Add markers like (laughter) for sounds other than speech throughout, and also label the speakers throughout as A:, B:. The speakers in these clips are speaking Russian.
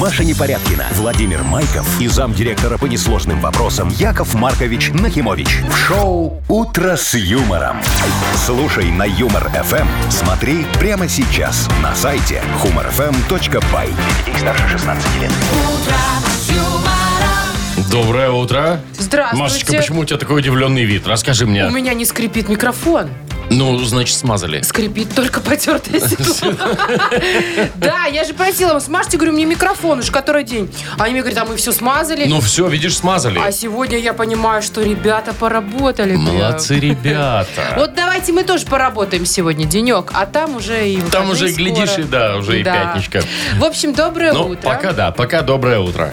A: Маша Непорядкина, Владимир Майков и замдиректора по несложным вопросам Яков Маркович Нахимович. В шоу «Утро с юмором». Слушай на «Юмор-ФМ». Смотри прямо сейчас на сайте humorfm.by. Для детей старше 16 лет.
B: Доброе утро.
C: Здравствуйте.
B: Машечка, почему у тебя такой удивленный вид? Расскажи мне.
C: У меня не скрипит микрофон.
B: Ну, значит, смазали.
C: Скрипит только потертая стекло. (laughs) Да, я же просила, смажьте, говорю, мне микрофон уж который день. Они мне говорят, а мы все смазали.
B: Ну все, видишь, смазали.
C: А сегодня я понимаю, что ребята поработали. прям.
B: Молодцы ребята.
C: (laughs) Вот давайте мы тоже поработаем сегодня денек, а там уже и
B: Там
C: выходные
B: уже
C: скоро.
B: глядишь, и да, уже и пятничка.
C: В общем, доброе
B: Ну,
C: утро.
B: пока да, пока доброе утро.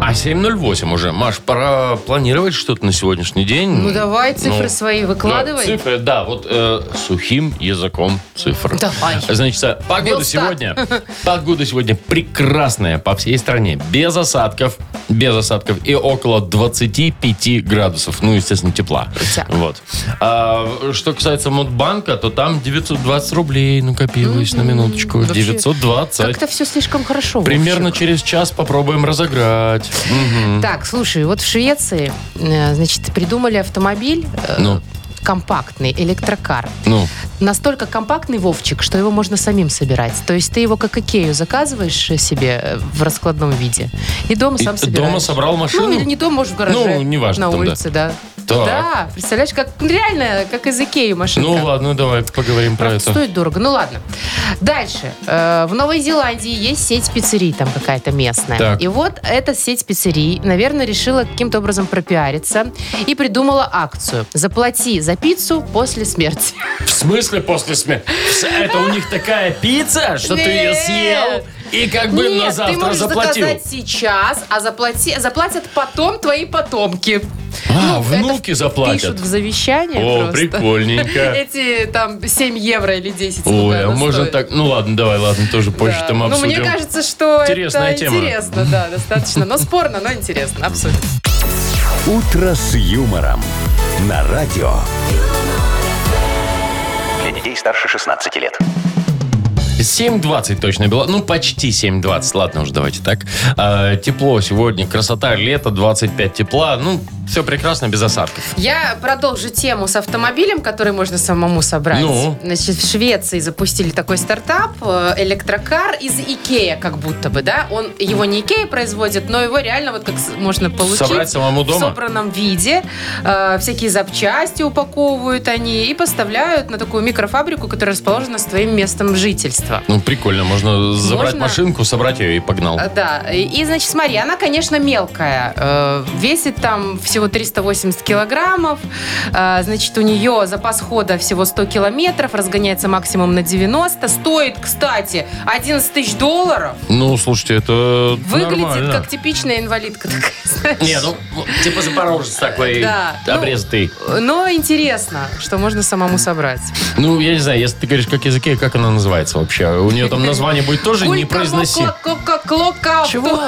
B: А 7.08 уже. Маш, пора планировать что-то на сегодняшний день.
C: Ну давай цифры
B: Ну,
C: свои выкладывай.
B: Ну, цифры, да, вот э, сухим языком цифр.
C: Давай.
B: Значит, а, погода
C: Белстат. (laughs)
B: сегодня, погода сегодня прекрасная по всей стране, без осадков, без осадков и около 25 градусов, ну, естественно, тепла.
C: Хотя.
B: Вот. А, что касается Модбанка, то там 920 рублей накопилось на минуточку.
C: Вообще,
B: 920.
C: Как-то все слишком хорошо. в
B: Примерно
C: общем.
B: через час попробуем разыграть. Мгм.
C: Так, слушай, вот в Швеции, э, значит, придумали автомобиль э,
B: Ну.
C: компактный, электрокар.
B: Ну,
C: Настолько компактный Вовчик, что его можно самим собирать. То есть ты его как Икею заказываешь себе э, в раскладном виде и дома
B: и
C: сам собираешь.
B: дома собрал машину.
C: Ну, или не дома, может, в гараже.
B: Ну, неважно
C: На
B: там, да.
C: улице, да.
B: Так.
C: Да, представляешь, как ну, реально, как из Икеи машинка.
B: Ну ладно, давай поговорим про
C: Правда,
B: это.
C: стоит дорого. Ну ладно. Дальше. Э, В Новой Зеландии есть сеть пиццерий там какая-то местная.
B: Так.
C: И вот эта сеть пиццерий, наверное, решила каким-то образом пропиариться и придумала акцию. Заплати за пиццу
B: (laughs)
C: после смерти.
B: В смысле после смерти? Это у них такая пицца, что ты ее
C: Нет.
B: съел и как бы на
C: Нет, ты
B: ну, завтра
C: можешь
B: заплатил.
C: заказать сейчас, а заплати, заплатят потом твои потомки.
B: А,
C: Ну, это
B: внуки
C: Пишут
B: заплатят.
C: в завещании
B: О,
C: просто.
B: прикольненько.
C: (laughs) Эти там 7 евро или 10. сколько
B: Ой, а
C: оно
B: можно
C: стоит.
B: так... Ну ладно, давай, ладно, тоже позже
C: Да.
B: там
C: Ну,
B: обсудим.
C: мне кажется, что
B: Интересная
C: это
B: тема.
C: интересно, да, достаточно. Но спорно, но интересно, абсолютно.
A: «Утро с юмором» на радио.
D: Для детей старше 16 лет.
B: 7.20 точно было. Ну, почти 7.20. Ладно уж, давайте так. А, тепло сегодня, красота, лето, 25 тепла. Ну, все прекрасно, без осадков.
C: Я продолжу тему с автомобилем, который можно самому собрать.
B: Ну?
C: Значит, в Швеции запустили такой стартап, э, электрокар из Икея как будто бы, да? Он, его не Икея производит, но его реально вот как с- можно получить.
B: Собрать самому дома?
C: В собранном виде. Э, Всякие запчасти упаковывают они и поставляют на такую микрофабрику, которая расположена с твоим местом жительства.
B: Ну, прикольно, можно забрать
C: Можно?
B: машинку, собрать ее и погнал.
C: А, Да, и, и, значит, смотри, она, конечно, мелкая. Э, Весит там всего 380 килограммов. Э, Значит, у нее запас хода всего 100 километров, разгоняется максимум на 90. Стоит, кстати, 11 тысяч долларов.
B: Ну, слушайте, это
C: Выглядит
B: нормально.
C: как типичная инвалидка такая, знаешь.
B: Не, ну, типа запорожец такой
C: Да, ну-
B: обрезатый.
C: Но интересно, что можно самому собрать.
B: Ну, я не знаю, если ты говоришь как языке, как она называется вообще? У нее там название будет тоже не произноси.
C: Колька, клопка,
B: Чего?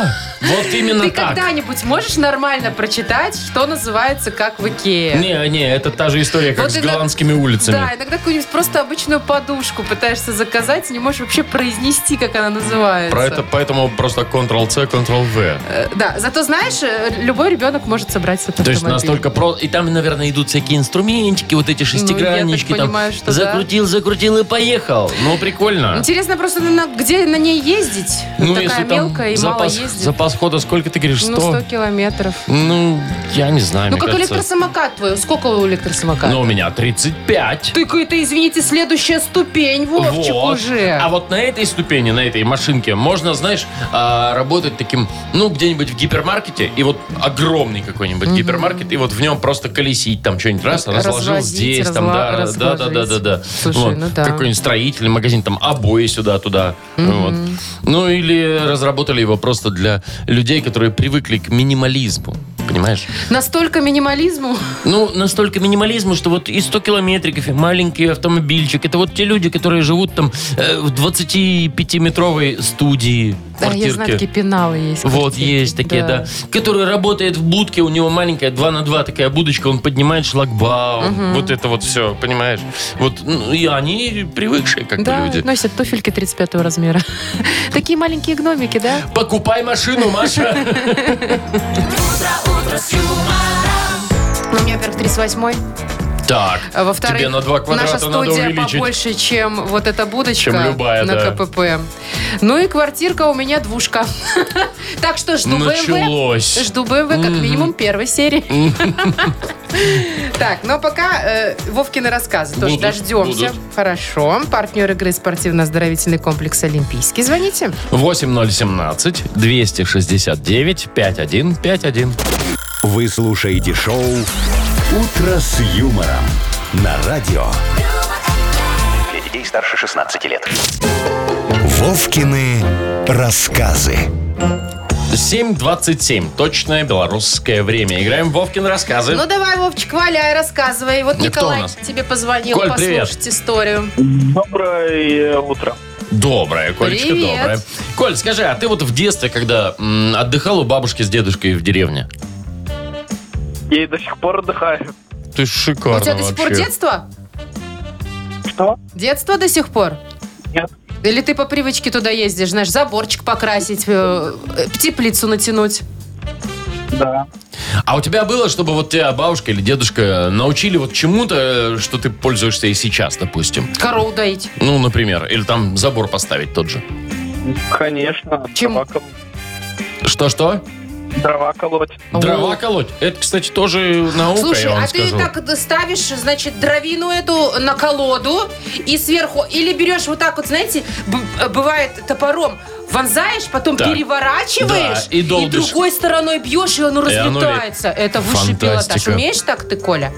B: Вот именно
C: Ты
B: так.
C: когда-нибудь можешь нормально прочитать, что называется как в Икее?
B: Не, не, это та же история, как
C: Вот
B: с
C: иногда-
B: голландскими
C: Да,
B: улицами.
C: иногда какую-нибудь просто обычную подушку пытаешься заказать, и не можешь вообще произнести, как она называется.
B: Про это, поэтому просто Ctrl-C, Ctrl-V.
C: Э, Да, зато знаешь, э, любой ребенок может собрать этот
B: То есть
C: автомобиль. Ну,
B: настолько про... И там, наверное, идут всякие инструментики, вот эти шестиграннички. там
C: понимаю, что да.
B: закрутил, закрутил и поехал. Ну, прикольно. Ну,
C: Интересно просто, ну, на- где на ней ездить? Такая мелкая и мало
B: запас,
C: ездит.
B: запас хода сколько, ты говоришь, 100?
C: Ну, 100 километров.
B: Ну, я не знаю,
C: ну,
B: мне
C: как
B: кажется. Ну.
C: электросамокат твой. Сколько у электросамоката?
B: Но у меня 35.
C: Ты какой-то, извините, следующая ступень, Вовчик,
B: Вот.
C: уже.
B: А вот на этой ступени, на этой машинке можно, знаешь, а, работать таким, ну, где-нибудь в гипермаркете, и вот огромный какой-нибудь гипермаркет, и вот в нем просто колесить, там что-нибудь раз, разложил
C: Развозить,
B: здесь, там,
C: разла-
B: да, да, да, да, да, да.
C: Слушай,
B: Вот.
C: ну да.
B: Какой-нибудь строительный магазин, там, обои сюда-туда. Вот. Ну, или разработали его просто для людей, которые привыкли к минимализму. понимаешь?
C: Настолько минимализму.
B: Ну, настолько минимализму, что вот и 100 километриков, и маленький автомобильчик. Это вот те люди, которые живут там э, в 25-метровой студии,
C: Да, я знаю, такие
B: квартирке.
C: пеналы есть.
B: Вот
C: квартирки.
B: есть такие, да. Который работает в будке, у него маленькая 2 на 2 такая будочка, он поднимает шлагбаум. Вот это вот все, понимаешь? Вот, ну, и они привыкшие как
C: Да, ну,
B: бы типа, люди.
C: носят туфельки 35 размера. (laughs) Такие маленькие гномики, да?
B: Покупай машину,
C: (laughs)
B: Маша.
C: Ну, у меня, во-первых, 38
B: Так,
C: а во-вторых,
B: тебе на 2
C: наша
B: квадрата надо
C: студия
B: увеличить.
C: побольше, чем вот эта будочка
B: Чем любая,
C: на
B: да.
C: КПП. Ну и квартирка у меня двушка. (laughs) Так что жду БМВ.
B: Началось.
C: Жду БМВ как минимум
B: (laughs)
C: первой серии. Так, но пока э, Вовкины рассказы тоже
B: Будут,
C: дождемся.
B: будут.
C: Хорошо. Партнер игры спортивно-оздоровительный комплекс «Олимпийский». Звоните.
B: 8017 269 5151.
A: Вы слушаете шоу «Утро с юмором» на радио.
D: Для детей старше 16 лет.
A: Вовкины рассказы.
B: 727. Точное белорусское время. Играем в Вовкин рассказы.
C: Ну давай, Вовчик, валяй, рассказывай. Вот
B: Ну, кто у
C: Николай
B: нас?
C: тебе позвонил
B: Коль, привет.
C: послушать историю.
E: Доброе утро.
B: Доброе, Колечка,
C: Привет.
B: доброе. Коль, скажи, а ты вот в детстве, когда м, отдыхал у бабушки с дедушкой в деревне?
E: Я и до сих пор отдыхаю.
B: Ты шикарно
C: У тебя до сих пор детство?
E: Что?
C: Детство до сих пор?
E: Нет.
C: Или ты по привычке туда ездишь, знаешь, заборчик покрасить, э, э, теплицу натянуть?
E: Да.
B: А у тебя было, чтобы вот тебя бабушка или дедушка научили вот чему-то, э, что ты пользуешься и сейчас, допустим?
C: Корову доить.
B: Ну, например, или там забор поставить тот же.
E: Конечно.
C: Чем?
E: Дрова, кол-
B: Что-что?
E: дрова колоть.
B: Дрова
C: О.
B: колоть. Это, кстати, тоже наука,
C: Слушай,
B: я вам
C: а
B: скажу.
C: ты так ставишь, значит, дровину эту на колоду и сверху, или берешь вот так вот, знаете, б- э, бывает топором, вонзаешь, потом
B: Так.
C: переворачиваешь
B: Да, и долбишь.
C: другой стороной бьешь, и оно
B: И оно
C: разлетается. Это высший пилотаж.
B: Фантастика.
C: Умеешь так ты, Коля?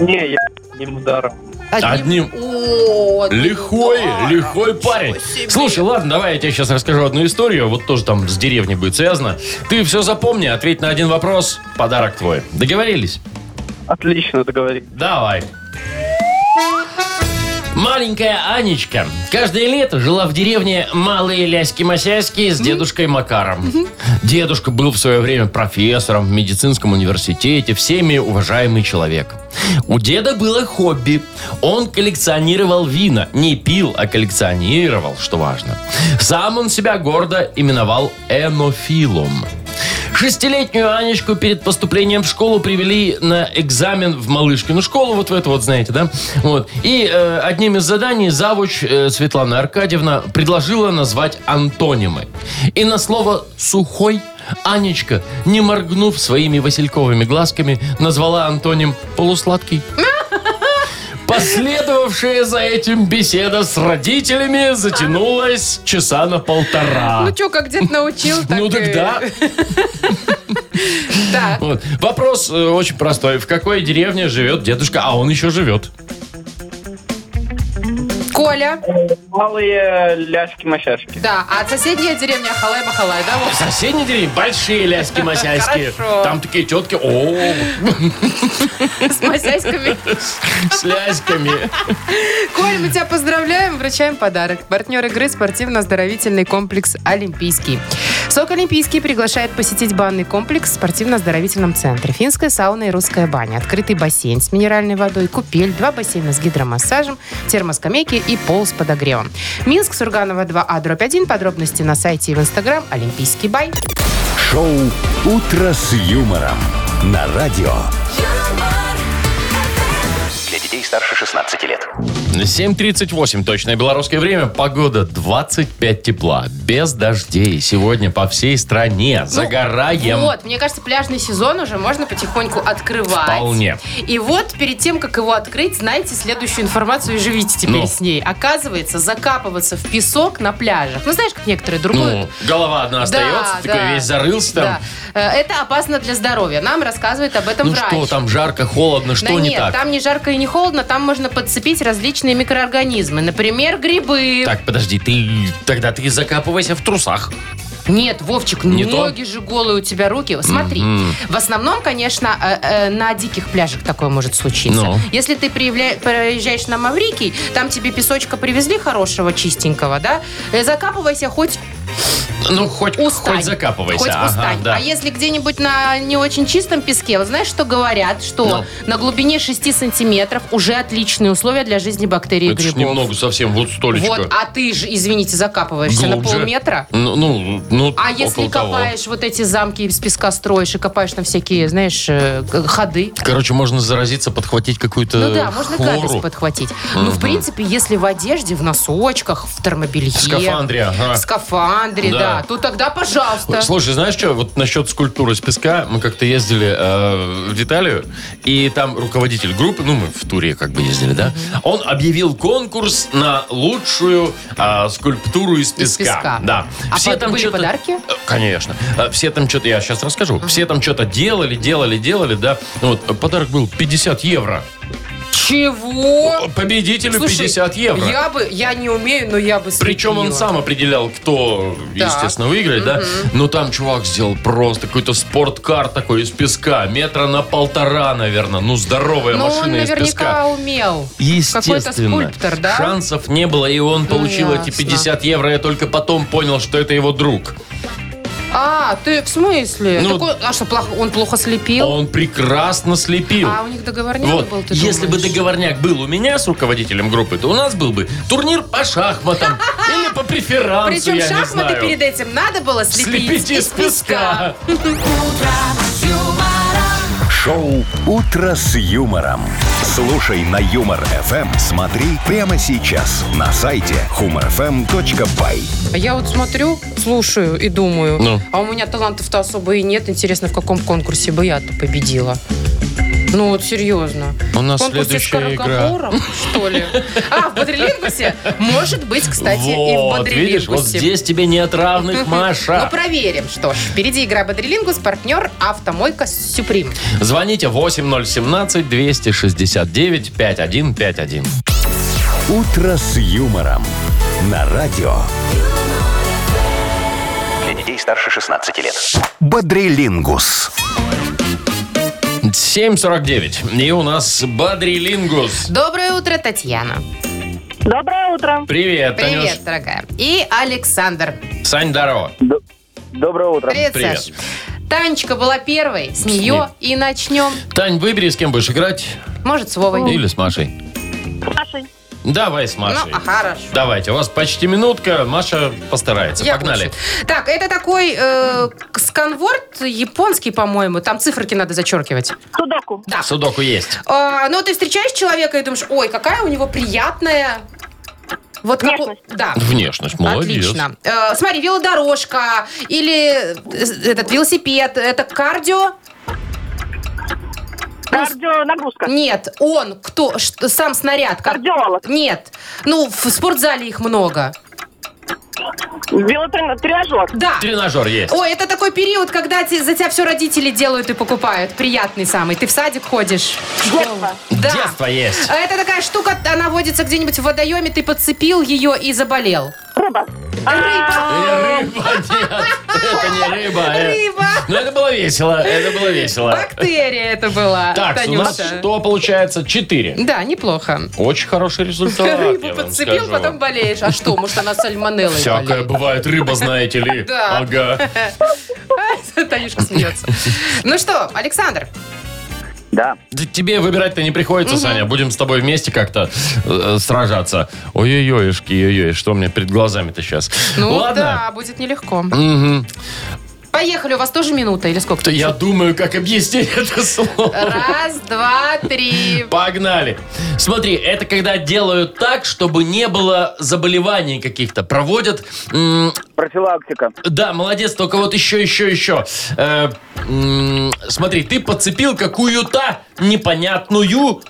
E: Не, я одним ударом.
B: Одним.
C: О,
B: Лихой,
C: да.
B: лихой парень. Слушай, ладно, давай я тебе сейчас расскажу одну историю. Вот тоже там с деревней будет связано. Ты все запомни, ответь на один вопрос. Подарок твой. Договорились?
E: Отлично договорились.
B: Давай. Маленькая Анечка каждое лето жила в деревне Малые Ляськи-Масяськи с дедушкой Макаром. Дедушка был в свое время профессором в медицинском университете, всеми уважаемый человек. У деда было хобби. Он коллекционировал вина. Не пил, а коллекционировал, что важно. Сам он себя гордо именовал энофилом. Шестилетнюю Анечку перед поступлением в школу привели на экзамен в Малышкину школу, вот в это вот, знаете, да? Вот. И э, одним из заданий завуч э, Светлана Аркадьевна предложила назвать антонимы. И на слово «сухой» Анечка, не моргнув своими васильковыми глазками, назвала антоним «полусладкий». Последовавшая за этим беседа с родителями затянулась часа на полтора.
C: Ну что, как
B: (laughs)
C: дед научил, так
B: Ну
C: и-
B: так да.
C: Да.
B: Вот. Вопрос э, очень простой. В какой деревне живет дедушка? А он еще живет.
C: Коля,
E: Малые ляшки-мощашки.
C: да. А соседняя деревня Халай-Махалай, да,
B: В
C: Вов?
B: соседней деревне большие
C: (laughs)
B: ляски-масяськи.
C: Хорошо.
B: Там такие тетки. О,
C: С масяськами.
B: с ляськами.
C: Коль, мы тебя поздравляем, вручаем подарок. Партнер игры спортивно-оздоровительный комплекс «Олимпийский». СОК «Олимпийский» приглашает посетить банный комплекс в спортивно-оздоровительном центре. Финская сауна и русская баня, открытый бассейн с минеральной водой, купель, два бассейна с гидромассажем, термоскамейки и пол с подогревом. Минск, Сурганова 2А, дробь 1. Подробности на сайте и в Инстаграм «Олимпийский бай».
A: Шоу «Утро с юмором» на радио.
D: Для детей старше 16 лет.
B: 7.38, точное белорусское время. Погода 25 тепла. Без дождей. Сегодня по всей стране. Загораем.
C: Ну, Вот, мне кажется, пляжный сезон уже можно потихоньку открывать.
B: Вполне.
C: И вот перед тем, как его открыть, знайте следующую информацию и живите теперь
B: Ну.
C: с ней. Оказывается, закапываться в песок на пляжах. Ну, знаешь, как некоторые
B: Ну,
C: другую.
B: голова одна остается, ты такой весь зарылся там.
C: Э, Это опасно для здоровья. Нам рассказывает об этом
B: Ну
C: врач.
B: что, там жарко, холодно, что
C: да
B: не
C: нет,
B: так?
C: там не жарко и не холодно, там можно подцепить различные микроорганизмы. Например, грибы.
B: Так, подожди, ты тогда ты закапывайся в трусах.
C: Нет, Вовчик,
B: Не то?
C: ноги же голые у тебя, руки. Смотри, в основном, конечно, э, э, на диких пляжах такое может случиться.
B: Ну.
C: Если ты приезжаешь проезжаешь на Маврикий, там тебе песочка привезли хорошего, чистенького, да? Э, Закапывайся хоть
B: Ну, хоть,
C: устань.
B: хоть закапывайся.
C: Хоть
B: Ага,
C: устань.
B: да.
C: А если где-нибудь на не очень чистом песке, вот знаешь, что говорят? Что
B: Ну.
C: на глубине 6 сантиметров уже отличные условия для жизни бактерий и
B: Это ж
C: грибов.
B: немного совсем, вот столечко.
C: вот, а ты же, извините, закапываешься на
B: Глубже.
C: полметра.
B: Ну, ну, ну,
C: А если
B: около того.
C: копаешь вот эти замки из песка строишь и копаешь там всякие, знаешь, э, г- ходы?
B: Короче, можно заразиться, подхватить какую-то
C: Ну да, можно гадость
B: хвору.
C: подхватить. Ну, в принципе, если в одежде, в носочках, в термобелье.
B: В скафандре, ага.
C: В скафандре,
B: Да.
C: да. То тогда, пожалуйста.
B: Слушай, знаешь что, вот насчет скульптуры из песка, мы как-то ездили э, в Италию, и там руководитель группы, ну мы в туре как бы ездили, да, он объявил конкурс на лучшую э, скульптуру из песка.
C: песка.
B: Да.
C: А под- были
B: чё-то-
C: подарки?
B: Э, Конечно. Э, Все там что-то, я сейчас расскажу, все там что-то делали, делали, делали, да. Ну, вот, э, подарок был 50 евро.
C: Чего?
B: Победителю
C: Э, Слушай,
B: 50 евро.
C: Я бы, я не умею, но я бы
B: Причем он
C: слепила.
B: сам определял, кто,
C: Так.
B: естественно, выиграет, да? Но там чувак сделал просто какой-то спорткар такой из песка, метра на полтора, наверное. Ну, здоровая
C: Ну, он
B: машина из
C: наверняка
B: песка.
C: умел. Какой-то
B: Естественно,
C: скульптор, да?
B: шансов не было, и он получил эти
C: ясно.
B: 50 евро. Я только потом понял, что это его друг.
C: А, ты в смысле?
B: Ну-
C: Так он- а что, плохо, он плохо слепил?
B: Он прекрасно слепил.
C: Ну. А у них договор не
B: Вот.
C: был, ты
B: Если бы
C: думаешь?
B: договорняк был у меня с руководителем группы, то у нас был бы турнир по
C: (laughs)
B: шахматам или по преферансу,
C: Причем
B: я не
C: шахматы
B: знаю.
C: перед этим надо было слепить,
B: Слепить из песка.
A: Шоу «Утро с юмором». Слушай на Юмор ФМ. Смотри прямо сейчас на сайте humorfm.by.
C: А Я вот смотрю, слушаю и думаю,
B: Ну.
C: а у меня талантов-то особо и нет. Интересно, в каком конкурсе бы я-то победила. Ну вот серьезно.
B: У нас
C: Конкурсе
B: следующая игра.
C: скороговорок, что ли? А, в бодрелингусе? Может быть, кстати, и в
B: Вот, видишь, вот
C: бодрелингусе.
B: здесь тебе нет равных,
C: Ну,
B: Маша.
C: проверим, что ж. Впереди игра «Бодрилингус», партнер «Автомойка Сюприм».
B: Звоните 8017-269-5151.
A: «Утро с юмором» на радио
D: Для детей старше 16 лет.
A: «Бодрилингус».
B: 7.49. И у нас Бадрилингус.
C: Доброе утро, Татьяна.
F: Доброе утро.
B: Привет,
C: Привет, дорогая. И Александр.
B: Танюш. Сань, здорово.
E: Доброе утро.
C: Привет,
B: Привет.
C: Саш. Танечка была первой, с нее и начнем.
B: Тань, выбери, с кем будешь играть.
C: Может, с Вовой.
B: Или с Машей.
F: Машень.
B: Давай с Машей.
C: Ну, а хорошо.
B: Давайте, у вас почти минутка. Маша постарается.
C: Я
B: Погнали.
C: лучше. Так, это такой э, к- сканворд японский, по-моему. Там циферки надо зачеркивать.
F: Судоку.
C: Да.
B: Судоку есть.
C: А, ну, ты встречаешь человека и думаешь, ой, какая у него приятная... Вот как у-
F: Внешность.
C: Да.
B: Внешность, молодец.
C: Отлично. Э, смотри, велодорожка или э, этот велосипед. Это кардио?
F: Кардио нагрузка.
C: Нет. Он кто? Ш- сам снаряд. как-
F: Кардиолог.
C: Нет. Ну, в спортзале их много.
F: Велотренажер.
C: Да.
B: Тренажер есть.
C: Ой, это такой период, когда те- за тебя все родители делают и покупают. Приятный самый. Ты в садик ходишь.
F: Детство.
C: Да.
B: Детство есть.
C: А Это такая штука, она водится где-нибудь в водоеме, ты подцепил ее и заболел.
F: Рыба. А,
C: Рыба.
B: Э, Рыба, нет. Это не рыба. э.
C: Рыба.
B: Ну, это было весело. Это было весело.
C: Бактерия это была,
B: Так, у нас
C: Танюша.
B: что получается? Четыре.
C: Да, неплохо.
B: Очень хороший результат, я
C: Рыбу
B: вам
C: подцепил,
B: скажу.
C: потом болеешь. А что, может, она сальмонеллой
B: Всякое
C: болеет?
B: бывает, рыба, знаете ли.
C: Да.
B: Ага.
C: (laughs) Танюшка смеется. Ну что, Александр,
E: Да.
B: Т- Тебе выбирать-то не приходится, Саня. Будем с тобой вместе как-то э, сражаться. Ой-ой-ой, ой-ой, что у меня перед глазами-то сейчас?
C: ну
B: Ладно.
C: да, будет нелегко. Поехали, у вас тоже минута или сколько?
B: То Я думаю, как объяснить это слово.
C: Раз, два, три.
B: Погнали. Смотри, это когда делают так, чтобы не было заболеваний каких-то. Проводят м,
E: Профилактика.
B: Да, молодец, только вот еще, еще, еще. Э, м, смотри, ты подцепил какую-то непонятную.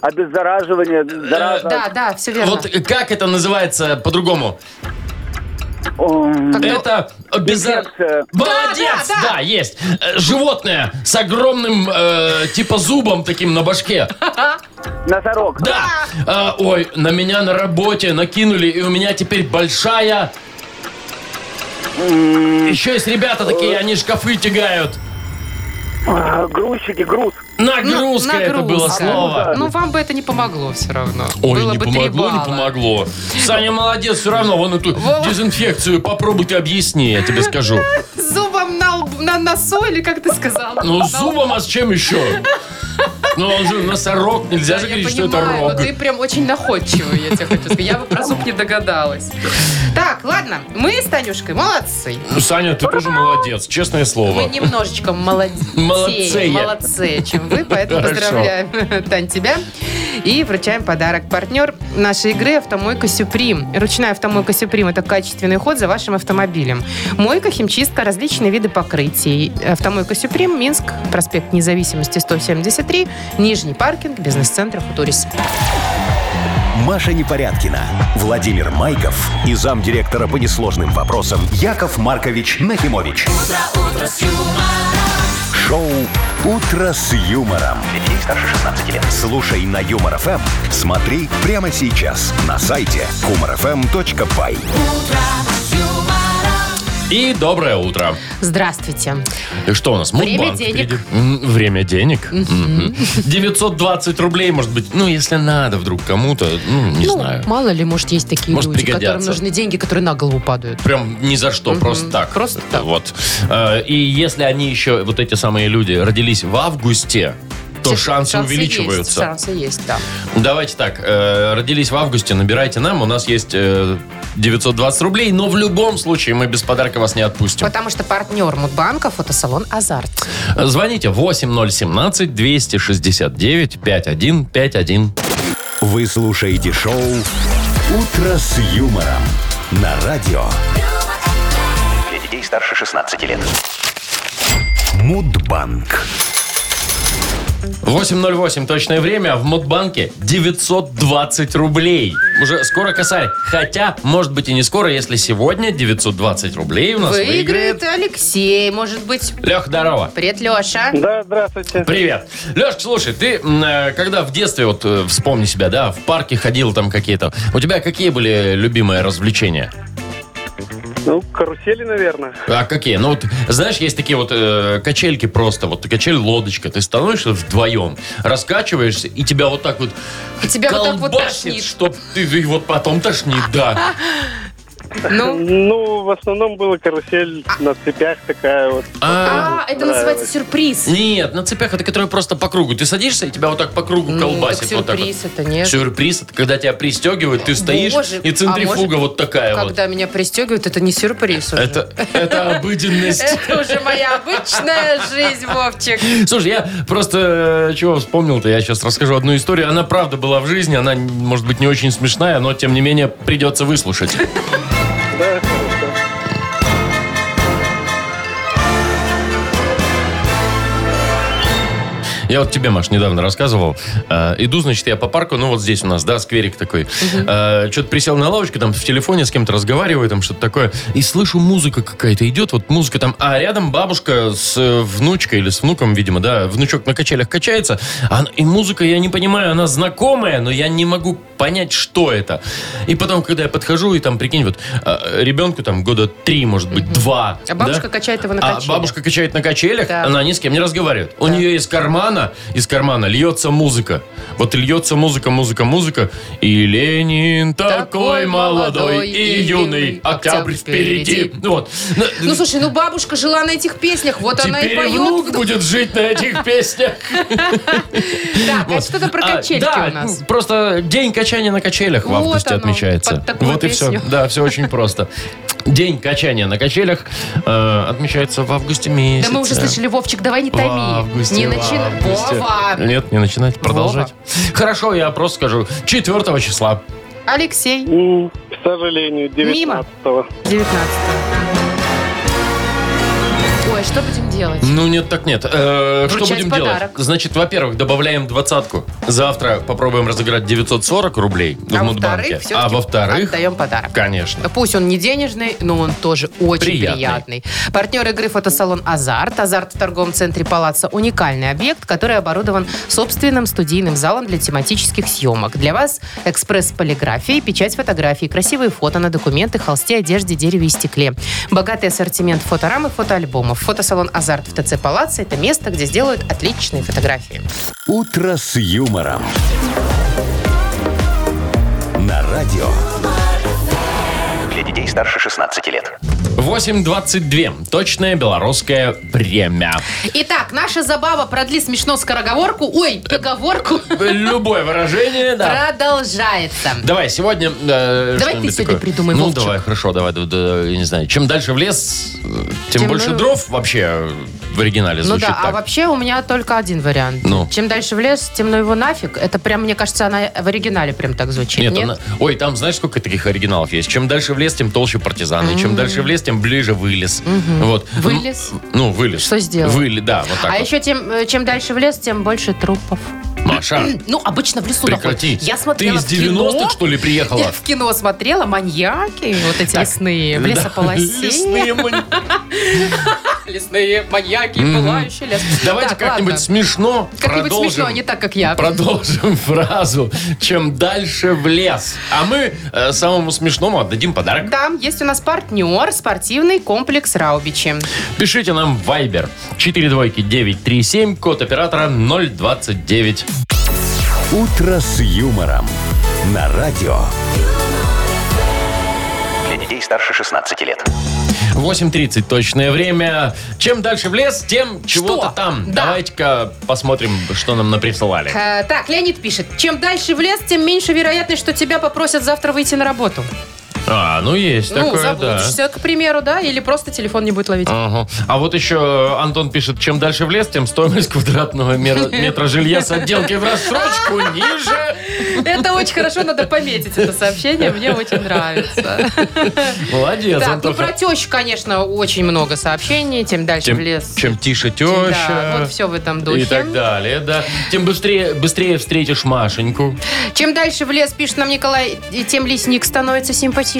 E: Обеззараживание.
B: зараза.
C: Да, да, все верно.
B: Вот как это называется по-другому?
C: Когда-
B: Это беза-
E: Инфекция.
B: Молодец,
C: Ну, Да,
B: да,
C: да, да.
B: есть. Э, Животное с огромным э, типа зубом таким на башке.
E: Носорог.
B: Да. Э, ой, на меня на работе накинули, и у меня теперь большая Еще есть ребята такие, они шкафы тягают.
E: А, Грузчики, груз.
B: Нагрузка это было
C: Ну, нагрузка.
B: слово.
C: Ну, вам бы это не помогло все равно.
B: Ой,
C: Было
B: не
C: бы три
B: помогло, не
C: балла.
B: помогло. Саня молодец, все равно вон эту
C: Вова.
B: дезинфекцию попробуй ты объясни, я тебе скажу.
C: Зубом на, лб- на носу или как ты сказал?
B: Ну,
C: На
B: с зубом, а с чем еще? Ну, он же носорог, нельзя же
C: Я
B: говорить, что это
C: понимаю,
B: рог.
C: но ты прям очень находчивый, я тебе хочу сказать. Я бы про зуб не догадалась. Так, ладно, мы с Танюшкой молодцы.
B: Ну, Саня, ты тоже молодец, честное
C: Мы
B: слово.
C: немножечко молодцы,
B: Молодцея.
C: молодцы, чем вы, поэтому
B: Хорошо.
C: поздравляем, (laughs) Тань, тебя. И вручаем подарок. Партнер нашей игры «Автомойка Сюприм». Ручная «Автомойка Сюприм» — это качественный уход за вашим автомобилем. Мойка, химчистка, различные виды покрытий. «Автомойка Сюприм», Минск, проспект Независимости, 173, Нижний паркинг, бизнес-центр «Футурис».
A: Маша Непорядкина, Владимир Майков и замдиректора по несложным вопросам Яков Маркович Нахимович. Шоу Утро с юмором.
D: Для детей старше 16 лет.
A: Слушай на юмор ФМ, смотри прямо сейчас на сайте humorfm.by.
B: И доброе утро.
C: Здравствуйте.
B: И Что у нас?
C: Время
B: Мудбанк
C: денег.
B: впереди. М, Время денег. Мгм. 920 рублей, может быть. Ну, если надо вдруг кому-то, ну, не
C: ну,
B: знаю.
C: мало ли, может, есть такие
B: Может,
C: люди, которым
B: пригодятся.
C: нужны деньги, которые на голову падают.
B: Прям ни за что, просто так.
C: просто так.
B: Вот. Э, И если они еще, вот эти самые люди, родились в августе, то
C: Все
B: шансы, увеличиваются.
C: Есть, шансы есть, да.
B: Давайте так, э, родились в августе, набирайте нам, у нас есть э, 920 рублей, но в любом случае мы без подарка вас не отпустим.
C: Потому что партнер Мудбанка фотосалон «Азарт».
B: Э, Звоните 8017-269-5151.
A: Вы слушаете шоу Утро с юмором на радио
D: Для детей старше 16 лет.
A: Мудбанк.
B: 8.08 точное время, а в Модбанке 920 рублей. Уже скоро косарь. Хотя, может быть и не скоро, если сегодня 920 рублей у нас выиграет.
C: Выиграет Алексей, может быть.
B: Лех, здорово.
C: Привет, Леша.
E: Да, здравствуйте.
B: Привет. Лешка, слушай, ты м, э, когда в детстве, вот э, вспомни себя, да, в парке ходил там какие-то, у тебя какие были любимые развлечения?
E: Ну, карусели, наверное.
B: А какие? Ну вот, знаешь, есть такие вот э, качельки просто, вот качель-лодочка, ты становишься вдвоем, раскачиваешься, и тебя вот так вот
C: И тебя вот так вот
B: колбасит,
C: тошнит.
B: чтоб ты и вот потом тошнит, да.
C: Ну,
E: Ну, в основном было карусель на цепях такая вот.
B: А,
C: а, это называется сюрприз.
B: Нет, на цепях это которые просто по кругу. Ты садишься, и тебя вот так по кругу
C: Ну, так
B: колбасит. вот так вот.
C: сюрприз это нет.
B: Сюрприз, это когда тебя пристегивают, ты стоишь,
C: Боже,
B: и
C: а
B: центрифуга
C: может,
B: вот такая вот.
C: Когда меня пристегивают, это не сюрприз уже.
B: Это, это
C: (laughs)
B: обыденность.
C: Это уже моя обычная жизнь, Вовчик.
B: (laughs) Слушай, я просто э, чего вспомнил-то, я сейчас расскажу одну историю. Она правда была в жизни, она, может быть, не очень смешная, но, тем не менее, придется выслушать.
E: Да, хорошо.
B: Я вот тебе, Маш, недавно рассказывал. Э, Иду, значит, я по парку, ну вот здесь у нас, да, скверик такой. Что-то присел на лавочку, там в телефоне с кем-то разговариваю, там что-то такое. И слышу, музыка какая-то идет, вот музыка там. А рядом бабушка с э, внучкой или с внуком, видимо, да, внучок на качелях качается. А она- И музыка, я не понимаю, она знакомая, но я не могу понять, что это. И потом, когда я подхожу, и там, прикинь, вот э, ребенку там года три, может быть, два.
C: А бабушка
B: да?
C: качает его на
B: А
C: качелях.
B: бабушка качает на качелях,
C: Да.
B: она ни с кем не разговаривает. У нее из кармана, из кармана льется музыка. Вот льется музыка, музыка, музыка. И Ленин такой,
C: Такой
B: молодой
C: молодой
B: и
C: и
B: юный,
C: юный,
B: октябрь
C: октябрь
B: впереди.
C: впереди.
B: Ну Вот. Ну,
C: Ну, слушай, ну бабушка жила на этих песнях, вот она и
B: Теперь и
C: поет.
B: внук будет жить на этих песнях.
C: Так, (laughs) а
B: Вот.
C: что-то про
B: А,
C: качельки
B: да,
C: у нас.
B: ну, Просто день качания на качелях в
C: Вот
B: августе
C: оно,
B: отмечается.
C: под такую
B: Вот и все.
C: песню.
B: Да, все очень просто. День качания на качелях э, отмечается в августе месяце.
C: Да мы уже слышали, Вовчик, давай не
B: Ну, В
C: томи.
B: августе,
C: не
B: в
C: начинай.
B: августе.
C: Вова!
B: Нет, не начинать, продолжать. Хорошо, я просто скажу. 4 числа.
C: Алексей,
E: М, К сожалению,
C: Мимо.
E: 19-го.
C: 19 Ой, что будем делать?
B: Ну нет, так нет. Э, что
C: Вручать
B: будем делать?
C: подарок.
B: Значит, во-первых, добавляем двадцатку. Завтра попробуем разыграть 940 рублей в
C: а
B: Мудбанке.
C: во-вторых,
B: А во-вторых,
C: отдаем подарок.
B: конечно.
C: Пусть он не денежный, но он тоже очень
B: Приятный.
C: приятный. Партнер игры фотосалон «Азарт». «Азарт» в торговом центре «Палаца» – уникальный объект, который оборудован собственным студийным залом для тематических съемок. Для вас экспресс полиграфии, печать фотографий, красивые фото на документы, холсте, одежде, дереве и стекле. Богатый ассортимент фоторам и фотоальбомов. Фотосалон «Азарт» в ТЦ «Палаца» – это место, где сделают отличные фотографии.
A: «Утро с юмором». На радио.
D: Для детей старше 16 лет.
B: 8.22. Точное белорусское время.
C: Итак, наша забава «Продли смешно скороговорку». Ой, договорку.
B: Любое выражение, да.
C: Продолжается.
B: Давай, сегодня... э,
C: Давай
B: что-нибудь
C: ты сегодня придумай,
B: Ну,
C: Вовчик.
B: давай, хорошо, давай. да, да, я не знаю, чем дальше в лес, э, тем
C: Тем
B: больше
C: ну-
B: дров вообще в оригинале
C: Ну
B: звучит
C: да, а
B: так.
C: вообще у меня только один вариант.
B: Ну.
C: Чем дальше в лес, тем ну его нафиг. Это прям, мне кажется, она в оригинале прям так звучит.
B: Нет,
C: Нет,
B: она- Ой, там знаешь, сколько таких оригиналов есть? Чем дальше в лес, тем толще партизаны. Чем дальше в лес, тем ближе вылез. Вот.
C: Вылез?
B: М, Ну, вылез.
C: Что сделал?
B: Выли, да, вот так
C: А
B: вот.
C: еще тем, э, чем дальше в лес, тем больше трупов.
B: Маша,
C: (clears throat) Ну, обычно в лесу
B: прекрати.
C: находят. Я
B: Ты
C: смотрела
B: из
C: в кино.
B: 90-х,
C: (laughs)
B: что ли,
C: Я
B: приехала?
C: в кино смотрела маньяки, вот эти лесные, в
B: Да.
C: лесополосе.
B: Лесные мань-
C: (laughs) Лесные маньяки, пылающий лес.
B: Давайте
C: Так,
B: как-нибудь
C: ладно.
B: смешно
C: Как-нибудь смешно,
B: продолжим.
C: не так, как я.
B: Продолжим (laughs) фразу «Чем дальше в лес». А мы э, самому смешному отдадим подарок.
C: Да, есть у нас партнер, спортивный комплекс Раубичи.
B: Пишите нам в Viber 42937, код оператора 029.
A: «Утро с юмором». На радио.
D: Для детей старше 16 лет.
B: 8.30 точное время. Чем дальше в лес, тем чего-то там.
C: Да.
B: Давайте-ка посмотрим, что нам наприсылали.
C: Э, Так, Леонид пишет. Чем дальше в лес, тем меньше вероятность, что тебя попросят завтра выйти на работу.
B: А, ну есть
C: ну,
B: такое, да.
C: заблудишься, к примеру, да, или просто телефон не будет ловить.
B: Ага. А вот еще Антон пишет, чем дальше в лес, тем стоимость квадратного
C: (laughs)
B: мера- метра жилья с отделкой в рассрочку ниже.
C: Это очень хорошо, надо пометить это сообщение, мне очень нравится.
B: Молодец,
C: Так, ну про
B: Антоха.
C: тещу, конечно, очень много сообщений, тем дальше в
B: Чем,
C: лес.
B: чем тише
C: тем-
B: теща.
C: да, вот все в этом
B: И
C: духе.
B: так далее, да. Тем быстрее, быстрее встретишь Машеньку.
C: Чем дальше в лес, пишет нам Николай, и тем лесник становится симпатичнее.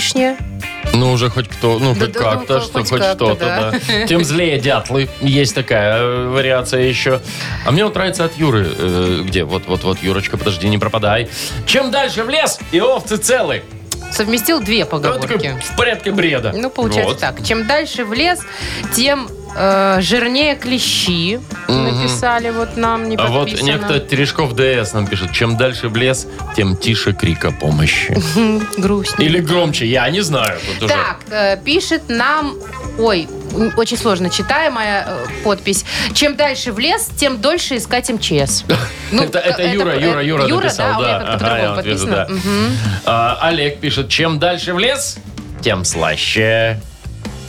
B: Ну, уже хоть кто, ну,
C: Да,
B: хоть
C: да,
B: как-то,
C: ну,
B: что, хоть,
C: хоть как-то,
B: что-то, да.
C: да.
B: Тем злее дятлы. Есть такая э, вариация еще. А мне вот нравится от Юры, э, где, вот-вот-вот, Юрочка, подожди, не пропадай. Чем дальше в лес, и овцы целы.
C: Совместил две
B: Да, вот такой
C: поговорки.
B: в порядке бреда.
C: Ну, получается
B: Вот.
C: так. Чем дальше в лес, тем э, жирнее клещи. Написали вот нам, не
B: А
C: подписано.
B: вот некто Терешков ДС нам пишет, чем дальше в лес, тем тише крика
C: (laughs)
B: помощи.
C: Грустнее.
B: Или громче, я не знаю. Тут уже.
C: Так, э, пишет нам... Ой, м, очень сложно читаемая э, подпись. Чем дальше в лес, тем дольше искать МЧС. Ну,
B: это, это
C: э,
B: Юра,
C: э,
B: Юра, Юра,
C: Юра,
B: написал,
C: да, у меня
B: да. Ага,
C: как-то по-другому
B: я вот вижу,
C: подписано.
B: да.
C: Мгм.
B: А, Олег пишет, чем дальше в лес, тем слаще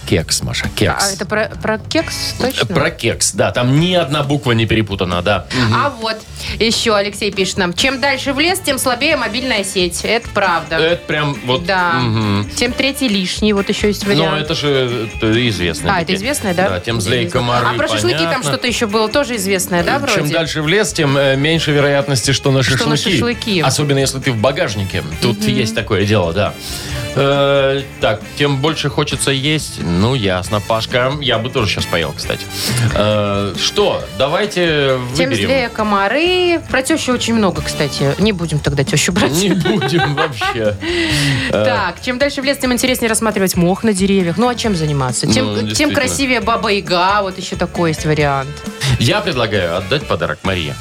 B: кекс, Маша, кекс. Э,
C: А это про, про кекс точно?
B: Про кекс, да, там ни одна буква не перепутана, да.
C: А вот еще Алексей пишет нам. Чем дальше в лес, тем слабее мобильная сеть. Это правда.
B: Это прям Э, вот...
C: Да.
B: мгм.
C: Тем третий лишний, вот еще есть вариант.
B: Но это же это известно.
C: А, это известное, да?
B: Да, тем злее комары,
C: А про шашлыки
B: понятно. Э,
C: там что-то еще было тоже известное, да, вроде?
B: Чем дальше в лес, тем э, меньше вероятности, что на шашлыки.
C: Что на шашлыки.
B: Особенно, если ты в багажнике. Тут есть такое дело, да. Э, так, тем больше хочется есть. Ну, ясно, Пашка. Я бы тоже сейчас поел, кстати. Э, что? Давайте
C: Тем
B: выберем.
C: злее комары. Про тещу очень много, кстати. Не будем тогда тещу брать.
B: Не а. будем вообще.
C: Так, чем дальше в лес, тем интереснее рассматривать мох на деревьях. Ну, а чем заниматься?
B: Ну,
C: Тем, тем
B: действительно.
C: красивее баба-яга, вот еще такой есть вариант.
B: Я предлагаю отдать подарок Марии.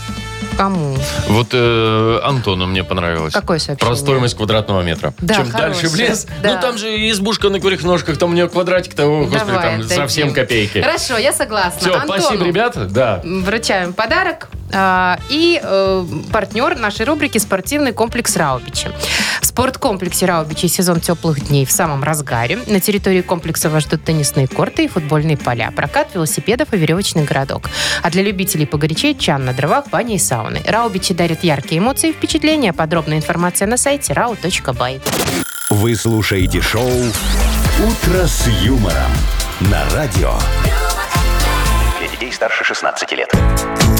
C: Кому?
B: Вот э, Антону мне понравилось.
C: Какое сообщение?
B: Про стоимость квадратного метра.
C: Да,
B: Чем дальше
C: хорошее,
B: в лес,
C: да.
B: ну там же избушка на курьих ножках, там у нее квадратик-то, о, господи,
C: Давай,
B: там
C: отдадим.
B: совсем копейки.
C: Хорошо, я согласна.
B: Все,
C: Антону
B: спасибо, ребята. Да.
C: Вручаем подарок. а, И э, партнер нашей рубрики «Спортивный комплекс Раубичи». В спорткомплексе Раубичи сезон теплых дней в самом разгаре. На территории комплекса вас ждут теннисные корты и футбольные поля, прокат велосипедов и веревочный городок. А для любителей погорячей – чан на дровах, баня и сауны. Раубичи дарит яркие эмоции и впечатления. Подробная информация на сайте rau.by.
A: Вы слушаете шоу «Утро с юмором». На радио.
D: Для детей детей старше 16 лет.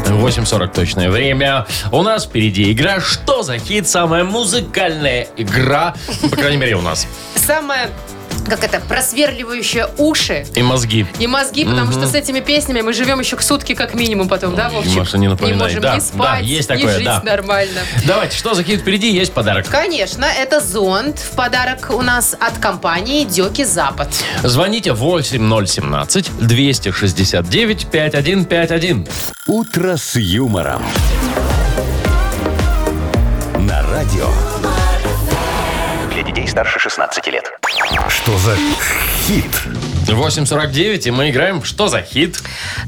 B: 8.40 точное время. У нас впереди игра «Что за хит?» Самая музыкальная игра, ну, по крайней мере, у нас.
C: Самое, как это, просверливающее уши
B: И мозги.
C: и мозги, потому что с этими песнями мы живем еще к сутки как минимум потом, да, Вовчик?
B: Маша, не напоминай.
C: можем
B: Да,
C: ни
B: да,
C: спать,
B: есть
C: ни
B: такое,
C: жить
B: да.
C: нормально.
B: Давайте, «Что за хит?» впереди, есть подарок.
C: Конечно, это зонт в подарок у нас от компании Дёки Запад.
B: Звоните 8017-269-5151.
A: «Утро с юмором». На радио.
D: Для детей старше 16 лет.
A: А Что за хит?
B: 8.49, и мы играем в «Что за хит?»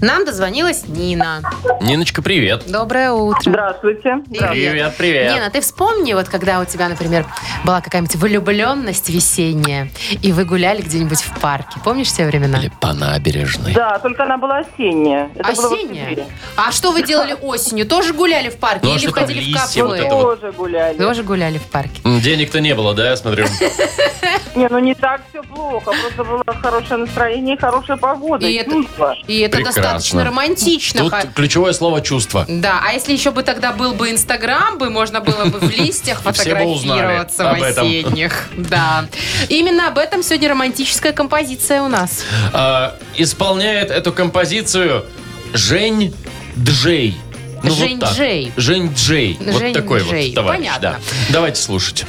C: Нам дозвонилась Нина.
B: Ниночка, привет.
C: Доброе утро.
F: Здравствуйте.
B: Привет, привет.
C: Нина, ты вспомни, вот когда у тебя, например, была какая-нибудь влюбленность весенняя, и вы гуляли где-нибудь в парке. Помнишь те времена?
B: Или По набережной.
F: Да, только она была осенняя. Это было в
C: Осенняя?
F: октябре.
C: А что вы делали осенью? Тоже гуляли в парке
B: Ну, а
C: или
B: что там,
C: ходили в
B: листья
C: кафе?
B: вот это вот?
F: Тоже гуляли.
C: Тоже гуляли в парке.
B: М, Денег-то не было, да, я смотрю?
F: Не, ну не так все плохо. Просто было хорошее настроение и хорошая погода.
C: И
F: И
C: это-
F: чувство.
C: И это
B: Прекрасно.
C: достаточно романтично.
B: Тут
C: Ха-
B: ключевое слово «чувство».
C: Да, а если еще бы тогда был бы Инстаграм, бы можно было
B: (laughs)
C: бы в листьях
B: И все бы узнали
C: фотографироваться
B: об
C: в
B: этом.
C: осенних. Да. Именно об этом сегодня романтическая композиция у нас.
B: А, исполняет эту композицию Жень Джей. Ну, вот
C: Жень
B: так.
C: Джей.
B: Жень Джей. вот
C: Жень
B: такой
C: Джей.
B: вот товарищ.
C: Понятно.
B: Да. Давайте слушать.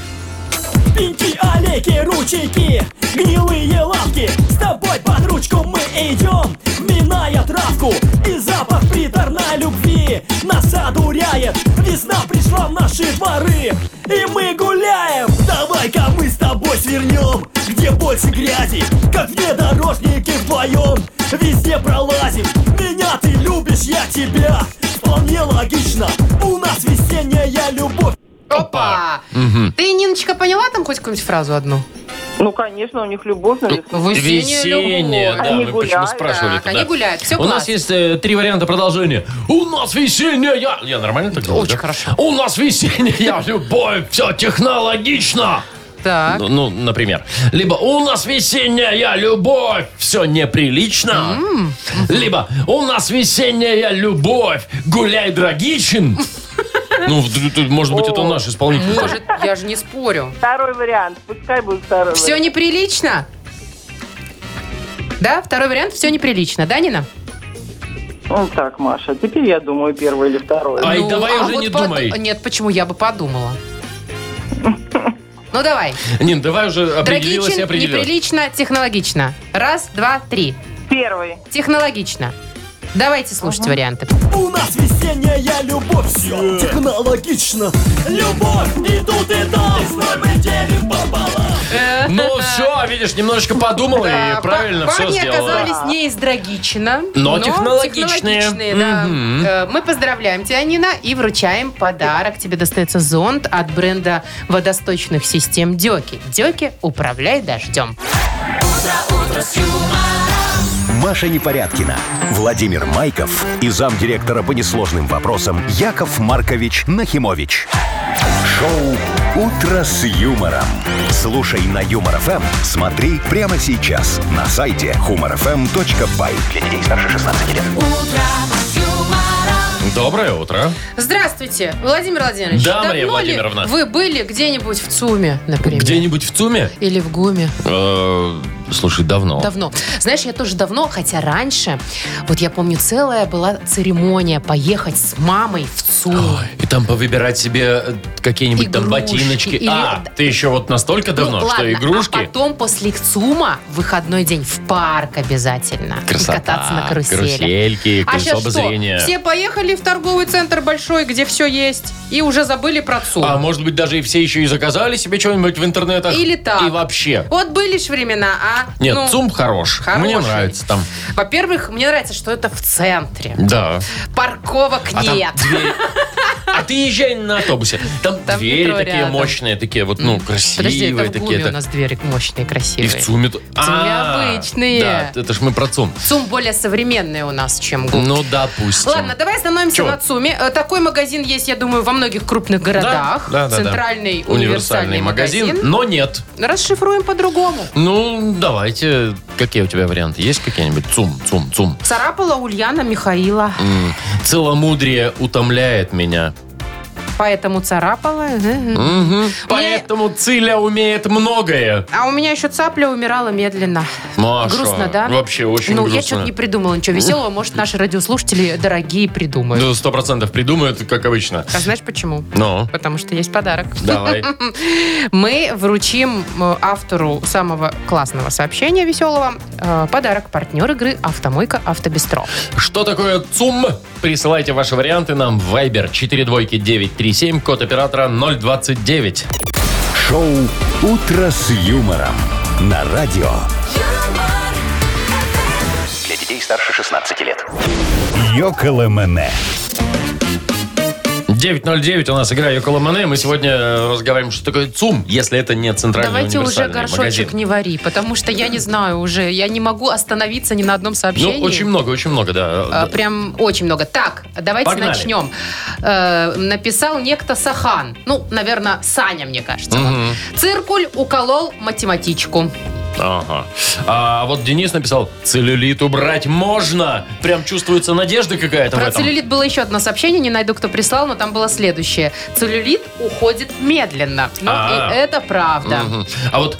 G: Пеньки, аллейки, ручейки, гнилые лавки С тобой под ручку мы идем, миная травку И запах приторной любви нас одуряет Весна пришла в наши дворы, и мы гуляем Давай-ка мы с тобой свернем, где больше грязи Как внедорожники вдвоем, везде пролазим Меня ты любишь, я тебя, вполне логично У нас весенняя любовь
C: Опа! Ты, Ниночка, поняла там хоть какую-нибудь фразу одну?
F: Ну, конечно, у них любовь
E: Ну,
F: на весну.
B: Весенняя, да,
F: Они
B: мы почему
F: гуляют,
B: спрашивали
C: так, они гуляют, всё
B: У нас
C: классно.
B: есть э, три варианта продолжения. У нас весенняя... Я нормально так говорю,
C: Очень
B: да?
C: хорошо.
B: У нас весенняя любовь, все технологично.
C: Так.
B: Ну, ну, например. Либо у нас весенняя любовь, все неприлично. Либо у нас весенняя любовь, гуляй,
C: (laughs)
B: драгичен. Ну, в- тут, может быть, это наш исполнитель.
C: Может, я же не спорю.
F: Второй вариант. Пускай будет второй
C: Все
F: вариант.
C: неприлично? Да, второй вариант все неприлично, да, Нина?
F: Ну так, Маша, теперь я думаю первый или второй.
B: Ай,
C: Ну,
B: давай
C: а
B: уже
C: вот
B: не
C: поду-
B: думай.
C: Нет, почему я бы подумала? Ну давай.
B: Нин, давай уже определилась и
C: Трагичен,
B: определилась.
C: неприлично, технологично. Раз, два, три.
F: Первый.
C: Технологично. Давайте слушать варианты.
G: У нас весенняя любовь, все технологично. Любовь, и тут, и там, с нами делим пополам.
C: Э,
B: Ну все, видишь, немножечко подумала
C: Да,
B: и правильно
C: па-
B: все
C: парни
B: сделала.
C: оказались не из Драгичина,
B: Но технологичные.
C: технологичные, да.
B: Мгм.
C: Э, Мы поздравляем тебя, Нина, и вручаем подарок. Тебе достается зонт от бренда водосточных систем Дёки. Дёки, управляй дождем.
A: Маша Непорядкина, Владимир Майков и замдиректора по несложным вопросам Яков Маркович Нахимович. Шоу «Утро с юмором». Слушай на Юмор ФМ, смотри прямо сейчас на сайте humorfm.by.
D: Для детей старше 16 лет.
B: Доброе утро.
C: Здравствуйте, Владимир Владимирович.
B: Да,
C: давно
B: Мария
C: ли
B: Владимировна.
C: Вы были где-нибудь в ЦУМе, например?
B: Где-нибудь в ЦУМе?
C: Или в ГУМе.
B: Э, Слушай, давно.
C: Давно. Знаешь, я тоже давно, хотя раньше, вот я помню, целая была церемония поехать с мамой в ЦУМ.
B: Ой, И там повыбирать себе э, какие-нибудь там
C: Игрушки
B: ботиночки.
C: или-
B: А, ты еще вот настолько давно,
C: Ну,
B: что
C: ладно,
B: игрушки.
C: А потом после ЦУМа в выходной день в парк обязательно.
B: Красота.
C: И кататься на карусели.
B: Карусельки,
C: А
B: колесо
C: сейчас что?
B: обозрения.
C: Все поехали в торговый центр большой, где все есть, и уже забыли про ЦУМ.
B: А может быть, даже и все еще и заказали себе что-нибудь в интернетах.
C: Или так.
B: И вообще.
C: Вот были ж времена, а?
B: Нет,
C: Ну,
B: ЦУМ хорош. Мне
C: хороший.
B: нравится там.
C: Во-первых, мне нравится, что это в центре.
B: Да.
C: Парковок
B: А там
C: нет.
B: дверь- А ты езжай на автобусе. Там,
C: Там
B: двери
C: метро
B: такие
C: рядом.
B: мощные, такие вот, ну,
C: Подожди,
B: красивые
C: это в
B: такие.
C: ГУМе у
B: так.
C: нас двери мощные,
B: И
C: красивые.
B: в ЦУМе... т- А,
C: обычные.
B: Да, это ж мы про ЦУМ.
C: ЦУМ более современный у нас, чем ГУМ.
B: Ну, допустим.
C: Ладно, давай остановимся
B: Чего?
C: на ЦУМе. Э, Такой магазин есть, я думаю, во многих крупных городах.
B: Да, да, да, да.
C: Центральный универсальный, магазин.
B: Но нет.
C: Расшифруем по-другому.
B: Ну, давайте. Какие у тебя варианты? Есть какие-нибудь? Цум, цум, цум.
C: Царапала Ульяна Михаила,
B: М, Целомудрие утомляет меня.
C: поэтому царапала. Э, Мгм.
B: Мгм. Поэтому Циля умеет многое.
C: А у меня еще цапля умирала медленно.
B: Маша,
C: грустно, да?
B: вообще очень
C: ну, я
B: грустно.
C: что-то не придумала ничего веселого. Может, наши радиослушатели дорогие придумают.
B: Ну, сто процентов придумают, как обычно.
C: А знаешь почему?
B: Ну,
C: Потому что есть подарок.
B: давай.
C: Мы вручим э, автору самого классного сообщения веселого э, подарок партнер игры «Автомойка Автобестро».
B: Что такое ЦУМ? Присылайте ваши варианты нам в Viber 42937, код оператора 029.
A: Шоу «Утро с юмором» на радио.
H: юмор,
D: Для детей старше 16 лет.
A: Йоколэмэне.
B: 909 у нас игра Йокола Мане. Мы сегодня э, разговариваем, что такое ЦУМ, если это не центральный
C: Давайте уже
B: универсальный
C: горшочек
B: магазин.
C: не вари, потому что я не знаю уже, я не могу остановиться ни на одном сообщении.
B: Ну, очень много, очень много,
C: Э,
B: да.
C: Прям очень много. Так, давайте
B: Погнали.
C: начнем. Э, написал некто Сахан. Ну, наверное, Саня, мне кажется.
B: Мгм.
C: Циркуль уколол математичку.
B: Ага. А вот Денис написал, целлюлит убрать можно. Прям чувствуется надежда какая-то в
C: Про
B: этом.
C: целлюлит было еще одно сообщение, не найду, кто прислал, но там было следующее. Целлюлит уходит медленно. Ну,
B: А.
C: и это правда.
B: Мгм. А вот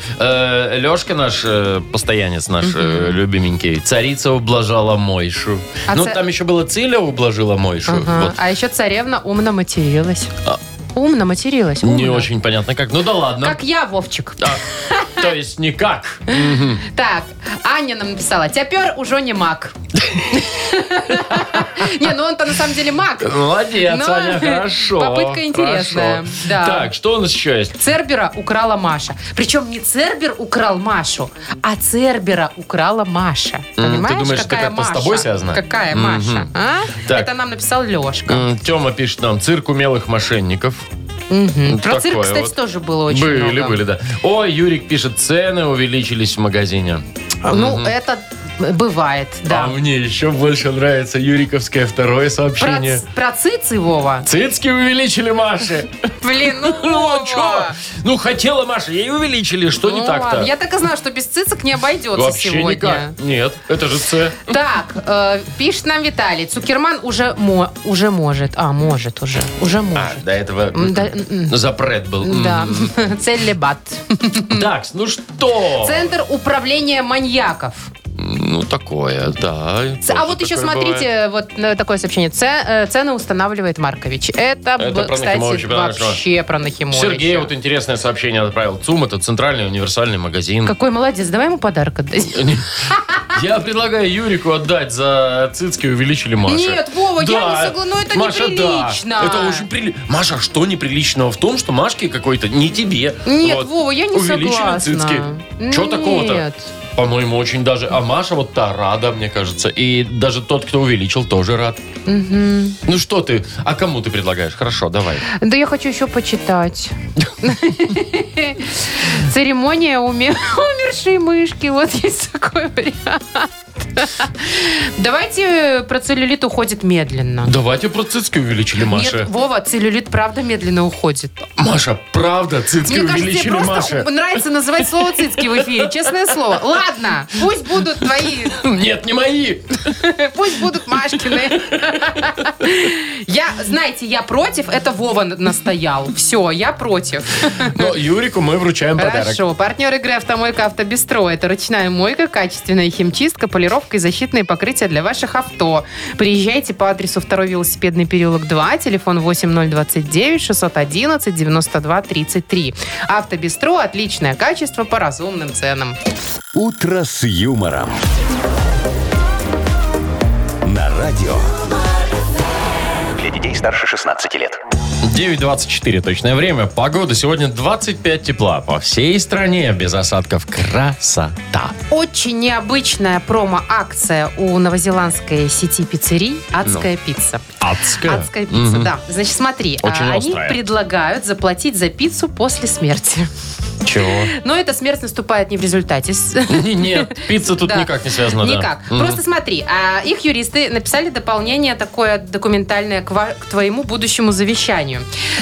B: Лешка наш, э, постоянец наш э, любименький, царица ублажала Мойшу.
C: А
B: ну,
C: ца-
B: там еще было Циля ублажила Мойшу.
C: Ага.
B: Вот.
C: А еще царевна умно материлась.
B: А.
C: Умно материлась. умно.
B: Не очень понятно как. Ну да ладно.
C: А Как я, Вовчик.
B: А, то есть
C: (laughs)
B: никак. Мгм.
C: Так, Аня нам написала, теперь уже
B: (laughs)
C: не маг. Не, ну он-то на самом деле маг.
B: Молодец,
C: Но
B: Аня, хорошо.
C: Ну, попытка интересная,
B: хорошо.
C: да.
B: Так, что у нас еще есть?
C: Цербера украла Маша. Причем не Цербер украл Машу, а Цербера украла Маша.
B: М,
C: Понимаешь,
B: ты думаешь, это
C: какая
B: как-то с
C: Маша?
B: тобой связано?
C: Какая
B: Мгм.
C: Маша? а?
B: Так.
C: Это нам написал Лешка.
B: Тема пишет нам, цирк умелых мошенников.
C: Мгм. Про
B: такое
C: цирк, кстати,
B: вот.
C: тоже было очень
B: были,
C: много.
B: были, да. Ой, Юрик пишет, цены увеличились в магазине.
C: Ну, это бывает,
B: А
C: да.
B: мне еще больше нравится Юриковское второе
C: Про,
B: сообщение.
C: ц- про цици, Вова.
B: Цицки увеличили Маше.
C: Блин, ну,
B: (laughs) Ну, а
C: Вова.
B: чё? Ну, хотела Маша, ей увеличили. Что не
C: Ну
B: так-то?
C: ладно, Я так и знала, что без цицик не обойдется
B: Вообще
C: сегодня.
B: никак. Нет, это же С.
C: Так, э, пишет нам Виталий, Цукерман уже, мо- уже может. А, может уже. Уже
B: А,
C: может.
B: до этого
C: М, да, м-м.
B: запрет был. М.
C: Да, целебат.
B: Так, ну что?
C: Центр управления маньяков.
B: Ну, такое, да.
C: Ц- А вот еще смотрите, вот на такое сообщение. Ц- э, Цены устанавливает Маркович. Это,
B: Это
C: б-
B: про
C: кстати,
B: Нахимовича, да,
C: вообще про Нахимовича.
B: Сергей вот интересное сообщение отправил. ЦУМ – это центральный универсальный магазин.
C: Какой молодец, давай ему подарок отдать.
B: (laughs) Я предлагаю Юрику отдать за цицки увеличили Маше.
C: Нет, Вова, я не согла- ну это
B: Маша,
C: неприлично.
B: Да. Это очень прилично. Маша, а что неприличного в том, что Машке какой-то, не тебе.
C: Нет,
B: вот,
C: Вова, я не
B: увеличили
C: согласна.
B: цицки. Чего такого-то?
C: Нет.
B: По-моему, очень даже. А Маша вот та рада, мне кажется. И даже тот, кто увеличил, тоже рад. Ну что ты? А кому ты предлагаешь? Хорошо, давай.
C: Да я хочу еще почитать. Церемония уме- умершей мышки. Вот есть такой вариант. Давайте про целлюлит уходит медленно.
B: Давайте про цицки увеличили, Маша.
C: Нет, Вова, целлюлит правда медленно уходит.
B: Маша, правда, цицки
C: Мне кажется, тебе
B: увеличили
C: просто
B: Маше.
C: нравится называть слово цицки в эфире, честное слово. Ладно, пусть будут твои,
B: Нет, не мои.
C: пусть будут Машкины. Я, знаете, я против, это Вова настоял. Все, я против.
B: Но Юрику мы вручаем подарок.
C: Хорошо. Партнер игры «Автомойка Автобестро» – это ручная мойка, качественная химчистка, полировка и защитные покрытия для ваших авто. Приезжайте по адресу 2 велосипедный переулок 2, телефон 8029-611-92-33. «Автобестро» – отличное качество по разумным ценам.
A: «Утро с юмором». На радио.
D: Для детей старше 16 лет.
B: 9.24 точное время. Погода сегодня 25 тепла. По всей стране без осадков. Красота.
C: Очень
B: Ну.
C: необычная промо-акция у новозеландской сети пиццерий «Адская пицца».
B: Адская.
C: Адская пицца, да. Значит, смотри, а,
B: Очень
C: они
B: острая.
C: предлагают заплатить за пиццу после смерти.
B: Чего?
C: (laughs) Но эта смерть наступает не в результате. с-
B: Нет, пицца тут
C: Да.
B: никак не связана, да.
C: Никак.
B: Мгм.
C: Просто смотри, а, их юристы написали дополнение такое документальное к, ва- к твоему будущему завещанию.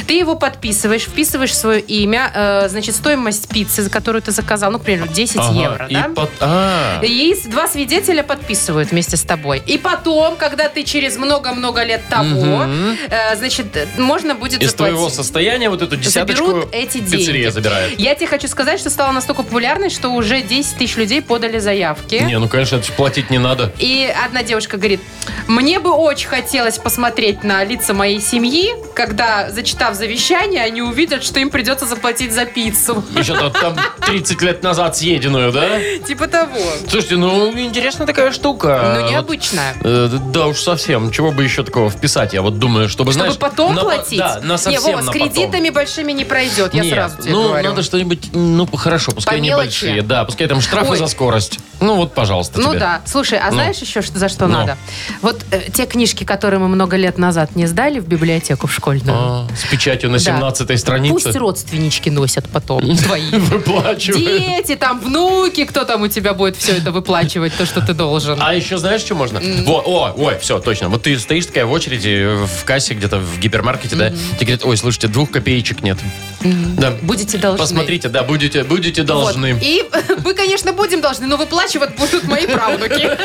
C: Ты его подписываешь, вписываешь свое имя, э, значит, стоимость пиццы, за которую ты заказал, ну, к примеру, 10
B: Ага,
C: евро,
B: и
C: да?
B: пот- а,
C: И с- два свидетеля подписывают вместе с тобой. И потом, когда ты через много-много лет того,
B: Мгм.
C: э, значит, э, можно будет
B: Из
C: заплатить.
B: твоего состояния вот эту десяточку
C: Заберут эти деньги.
B: пиццерия забирает.
C: Я тебе хочу сказать, что стала настолько популярной, что уже 10 тысяч людей подали заявки.
B: Не, ну, конечно, это ж платить не надо.
C: И одна девушка говорит, мне бы очень хотелось посмотреть на лица моей семьи, когда, зачитав завещание, они увидят, что им придется заплатить за пиццу. (laughs)
B: Еще-то там 30 лет назад съеденную, да?
C: Типа того.
B: Слушайте, ну, интересная такая штука.
C: Ну,
B: А, Вот,
C: необычно.
B: э, да уж совсем. Чего бы еще такого вписать? Я вот думаю, чтобы, знаешь...
C: Чтобы потом
B: на по-
C: платить?
B: Да, на
C: Не,
B: совсем
C: Вова,
B: на
C: с
B: потом.
C: кредитами большими не пройдет, я
B: Нет,
C: сразу тебе
B: ну,
C: говорю.
B: надо что-нибудь, ну, хорошо, пускай
C: По мелочи.
B: небольшие, да, пускай там штрафы
C: Ой.
B: за скорость. Ну, вот, пожалуйста,
C: Ну
B: тебе.
C: да. Слушай, а
B: Ну.
C: знаешь еще, что- за что
B: Ну.
C: надо? Вот э, те книжки, которые мы много лет назад не сдали в библиотеку в школьную,
B: А, с печатью на 17 странице. (laughs)
C: пусть родственнички носят потом твои.
B: Выплачивает.
C: Дети, там, внуки, кто там у тебя будет все это выплачивать, то, что ты должен.
B: А еще знаешь, что можно? Во, о, ой, все, точно. Вот ты стоишь такая в очереди э, в кассе где-то в гипермаркете, да, тебе говорят, ой, слушайте, двух копеечек нет. Да.
C: Будете должны.
B: Посмотрите, да, будете, будете
C: Вот.
B: должны.
C: И (laughs) мы, конечно, будем должны, но выплачивать будут мои правнуки. (laughs)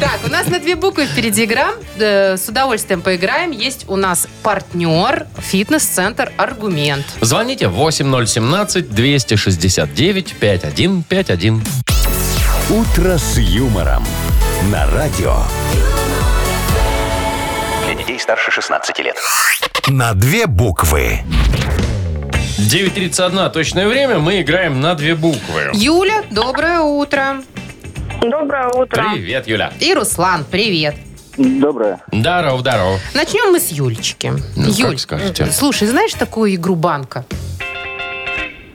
C: Так, у нас на две буквы впереди игра. Э, С удовольствием поиграем. Есть у нас партнер, фитнес-центр «Аргумент».
B: Звоните 8017-269-5151.
A: «Утро с юмором» на радио.
D: Для детей старше 16 лет.
A: На две буквы.
B: 9.31 точное время, мы играем на две буквы.
C: Юля, доброе утро.
F: Доброе утро.
B: Привет, Юля.
C: И Руслан, привет.
E: Доброе.
B: Даров, даров.
C: Начнем мы с Юлечки.
B: Ну, как
C: Юль,
B: скажете.
C: э, слушай, знаешь такую игру «Банка»?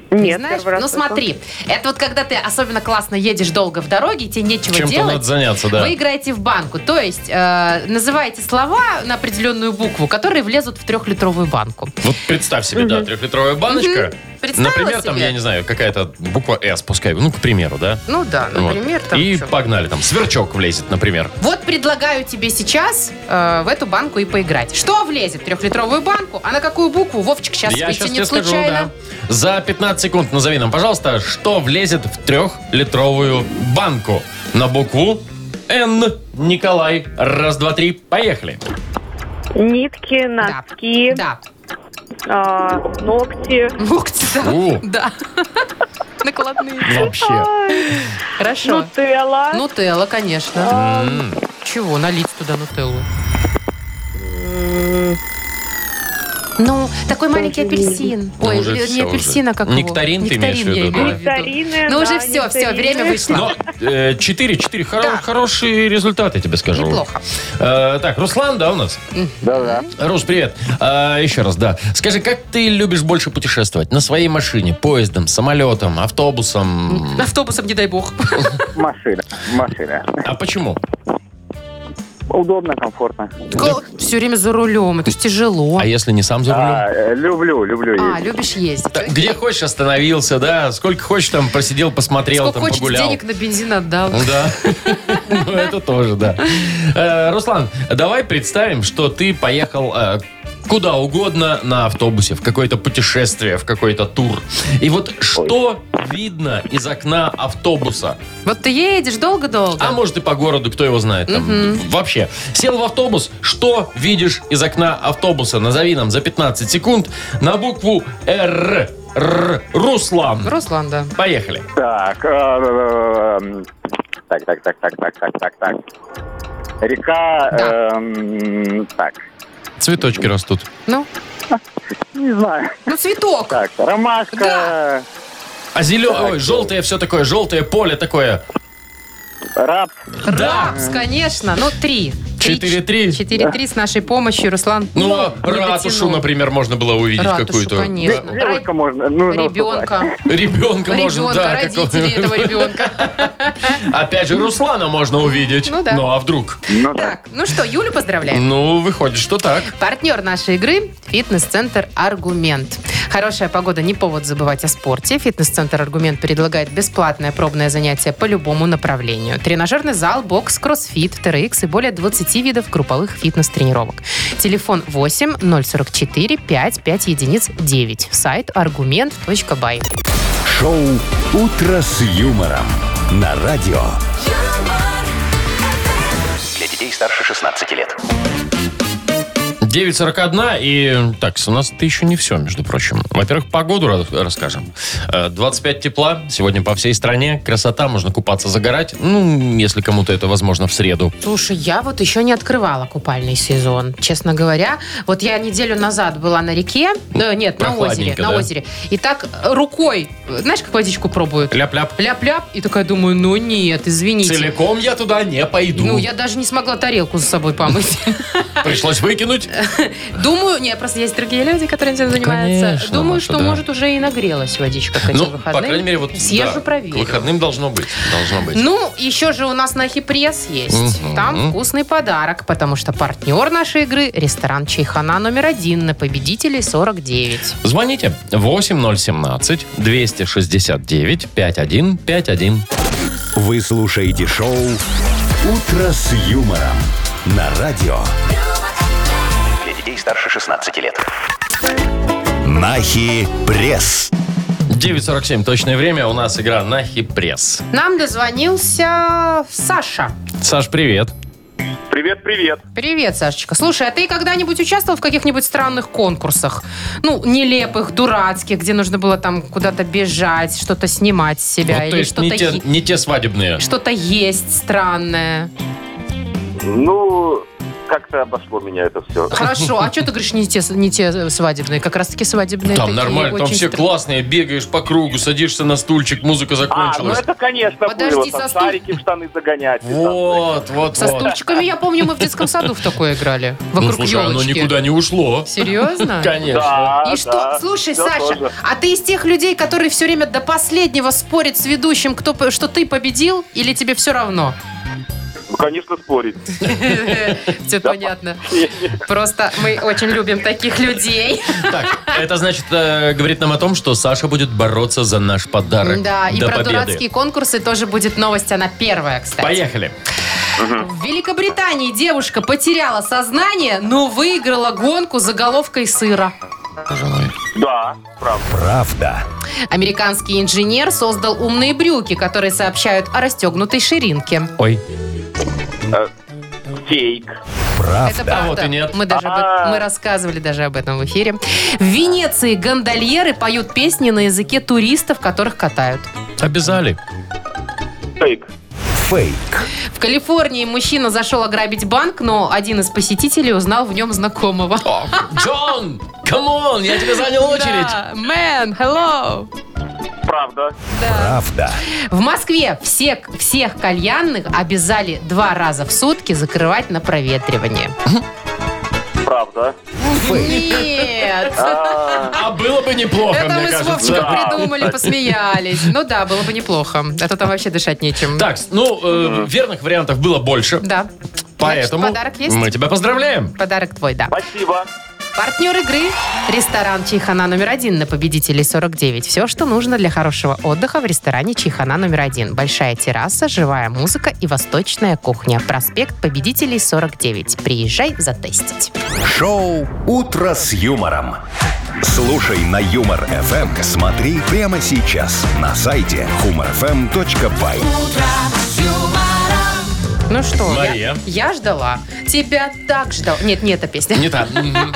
F: Нет,
C: знаешь?
F: первый раз
C: Ну
F: слышу.
C: смотри, это вот когда ты особенно классно едешь долго в дороге, и тебе нечего
B: Чем-то
C: делать.
B: надо заняться, да.
C: Вы играете в банку, то есть э, называете слова на определенную букву, которые влезут в трехлитровую банку.
B: Вот представь себе, да, трехлитровая баночка.
C: Представила
B: Например, там,
C: себе?
B: я не знаю, какая-то буква «С», пускай, ну, к примеру, да?
C: Ну да,
B: Вот.
C: например, там.
B: И
C: чё.
B: погнали, там, сверчок влезет, например.
C: Вот предлагаю тебе сейчас э, в эту банку и поиграть. Что влезет в трехлитровую банку? А на какую букву? Вовчик сейчас
B: я сейчас тебе
C: вытянет
B: скажу,
C: случайно.
B: да. За 15 секунд назови нам, пожалуйста, что влезет в трехлитровую банку. На букву «Н». Николай, раз, два, три, поехали.
F: Нитки, носки,
C: Да.
F: а, ногти.
C: Ногти, да.
B: У.
C: Да. (laughs) Накладные.
B: Вообще. а-
C: Хорошо.
F: Нутелла.
C: Ну, Нутелла, конечно. Чего? Налить туда нутеллу. Ну, такой маленький апельсин.
B: Ну,
C: Ой,
B: уже
C: не
B: всё
C: апельсин, а как его?
B: Нектарин ты имеешь в виду,
C: я
B: да?
C: имею в
F: Нектарины,
C: Ну
F: да,
C: уже все, все,
F: нектарины.
C: время вышло.
B: Но э, 4-4,
C: Да.
B: хороший результат, я тебе скажу.
C: Неплохо.
B: Э, Так, Руслан, да, у нас?
E: Да-да.
B: Рус, привет. А, еще раз, да. Скажи, как ты любишь больше путешествовать? На своей машине, поездом, самолетом, автобусом?
C: Автобусом, не
B: (laughs)
C: дай бог.
E: Машина. Машина.
B: А почему?
E: Удобно, комфортно.
C: Все время за рулем, это ж тяжело.
B: А если не сам за рулем?
E: А, э, люблю, люблю
C: А,
E: ездить.
C: любишь ездить.
B: Та- Где хочешь остановился, да? Сколько хочешь там просидел, посмотрел,
C: Сколько
B: там
C: хочешь
B: погулял.
C: денег на бензин отдал.
B: Да. (laughs) Ну, это тоже, да. Э, Руслан, давай представим, что ты поехал э, куда угодно на автобусе, в какое-то путешествие, в какой-то тур. И вот что видно из окна автобуса?
C: Вот ты едешь
B: А
C: долго-долго.
B: может и по городу, кто его знает. Там. Вообще. Сел в автобус, что видишь из окна автобуса? Назови нам за 15 секунд на букву Р. Р. Руслан.
C: А, Руслан, да.
B: Поехали.
E: Так. а, эм, Так, так, так, так, так, так, так, так. Река.
C: Да.
E: эм, Так.
B: Цветочки растут.
C: Ну,
E: Не знаю.
C: ну цветок.
E: Так, ромашка.
B: А зеленое, ой, желтое все такое, желтое поле такое.
E: Рапс.
B: Да.
C: Рапс, конечно. Ну, три. Три,
B: 4-3.
C: 4-3 с нашей помощью, Руслан.
B: Ну, а
C: не
B: ратушу,
C: дотянул.
B: например, можно было увидеть
C: Ратушу,
B: какую-то.
C: конечно.
E: Девушка можно. ну, нужно уступать.
C: Ребенка.
B: Ребенка, можно,
C: Ребенка,
B: да.
C: родители
B: какого-
C: этого ребенка.
B: Опять же, Руслана можно увидеть.
C: Ну да.
B: Ну а вдруг?
E: Ну так.
C: Так, ну что, Юлю поздравляем.
B: Ну, выходит, что так.
C: Партнер нашей игры – фитнес-центр «Аргумент». Хорошая погода – не повод забывать о спорте. Фитнес-центр «Аргумент» предлагает бесплатное пробное занятие по любому направлению. Тренажерный зал, бокс, кроссфит, TRX и более 20 видов групповых фитнес-тренировок. Телефон 8 044 55 единиц 9. Сайт argument.by.
A: Шоу «Утро с юмором» на радио.
D: Для детей старше 16 лет.
B: 9.41, и так, у нас это еще не все, между прочим. Во-первых, погоду ра- расскажем. Э, 25 тепла, сегодня по всей стране, красота, можно купаться, загорать, ну, если кому-то это возможно в среду.
C: Слушай, я вот еще не открывала купальный сезон, честно говоря. Вот я неделю назад была на реке, э, нет, на озере,
B: Прохладненько,
C: на
B: да?
C: озере. И так рукой, э, знаешь, как водичку пробуют?
B: Ляп-ляп.
C: Ляп-ляп. И такая думаю, ну нет, извините.
B: Целиком я туда не пойду.
C: Ну, я даже не смогла тарелку за
B: (laughs)
C: собой помыть.
B: Пришлось выкинуть.
C: Думаю, не, просто есть другие люди, которые этим занимаются.
B: Конечно,
C: Думаю,
B: Маша,
C: что,
B: да.
C: может, уже и нагрелась водичка к этим
B: Ну,
C: выходным.
B: по крайней мере, вот
C: Съезжу,
B: да,
C: проверю.
B: К выходным должно быть. Должно быть.
C: Ну, еще же у нас на Хипресс есть.
B: Мгм.
C: Там вкусный подарок, потому что партнер нашей игры – ресторан Чайхана номер один на победителей 49.
B: Звоните 8017 269 5151.
A: Вы слушаете шоу «Утро с юмором» на радио.
D: Для детей старше 16 лет.
A: Нахи пресс.
B: 947 точное время. У нас игра на хипресс.
C: Нам дозвонился Саша.
B: Саш, привет.
E: Привет, привет.
C: Привет, Сашечка. Слушай, а ты когда-нибудь участвовал в каких-нибудь странных конкурсах? Ну, нелепых, дурацких, где нужно было там куда-то бежать, что-то снимать с себя
B: Вот, то
C: или
B: есть не
C: что-то
B: те,
C: е-
B: не те свадебные.
C: что-то есть странное.
E: Ну, как-то обошло меня это все.
C: Хорошо, а что ты говоришь, не те, не те свадебные? Как раз таки свадебные.
B: Там
C: такие
B: нормально, там
C: очень
B: все
C: стра-
B: классные. Бегаешь по кругу, садишься на стульчик, музыка
E: А, ну
B: закончилась.
E: это, конечно,
C: Подожди,
E: было. Там
C: со стул-
E: шарики в штаны загонять. и там.
B: Вот, вот,
C: Со
B: вот.
C: стульчиками, я помню, мы в детском саду в такое играли.
B: Ну,
C: Вокруг
B: слушай, оно
C: елочки.
B: никуда не ушло.
C: Серьезно?
B: Конечно.
E: Да,
C: И что?
E: да,
C: Слушай,
E: всё
C: Саша,
E: тоже.
C: а ты из тех людей, которые все время до последнего спорят с ведущим, кто, п- что ты победил, или тебе все равно?
E: Ну, конечно,
C: (laughs)
E: спорить.
C: Все понятно. Просто мы очень любим таких людей.
B: Так, это значит, э, говорит нам о том, что Саша будет бороться за наш подарок.
C: Да, и
B: до
C: про
B: победы.
C: дурацкие конкурсы тоже будет новость. Она первая, кстати.
B: Поехали.
C: В Великобритании девушка потеряла сознание, но выиграла гонку заголовкой сыра.
E: Да, правда.
A: Правда.
C: Американский инженер создал умные брюки, которые сообщают о расстегнутой ширинке.
B: Ой.
E: Фейк.
C: Это правда.
B: вот и нет.
C: Мы, даже об этом- мы рассказывали даже об этом в эфире. В Венеции гондольеры поют песни на языке туристов, которых катают.
B: Обязали.
E: Фейк.
A: Фейк.
C: В Калифорнии мужчина зашел ограбить банк, но один из посетителей узнал в нем знакомого.
B: Джон, камон, я тебе занял очередь.
C: Да, man, hello.
E: Правда.
A: Правда.
C: В Москве все, всех кальянных обязали два раза в сутки закрывать на проветривание.
E: Правда.
C: Нет.
B: А было бы неплохо,
C: Это
B: мне
C: мы с
B: кажется.
C: Вовчиком придумали, посмеялись. Ну да, было бы неплохо. А то там вообще дышать нечем.
B: Так, ну, э, верных вариантов было больше,
C: Да.
B: поэтому
C: Значит, подарок есть?
B: мы тебя поздравляем.
C: Подарок твой, да.
E: Спасибо.
C: Партнер игры – ресторан «Чайхана номер один» на победителей 49. Все, что нужно для хорошего отдыха в ресторане «Чайхана номер один». Большая терраса, живая музыка и восточная кухня. Проспект победителей 49. Приезжай затестить.
A: Шоу «Утро с юмором». Слушай на Юмор ФМ. Смотри прямо сейчас на сайте humorfm.by.
C: Ну что,
B: Мария.
C: Я, я ждала. Тебя так ждала. Нет, не эта песня.
B: Не так. М.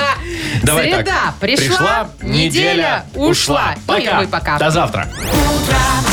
B: Давай
C: Среда
B: так.
C: пришла, неделя ушла. Ну и вы пока.
B: До завтра.
H: Утро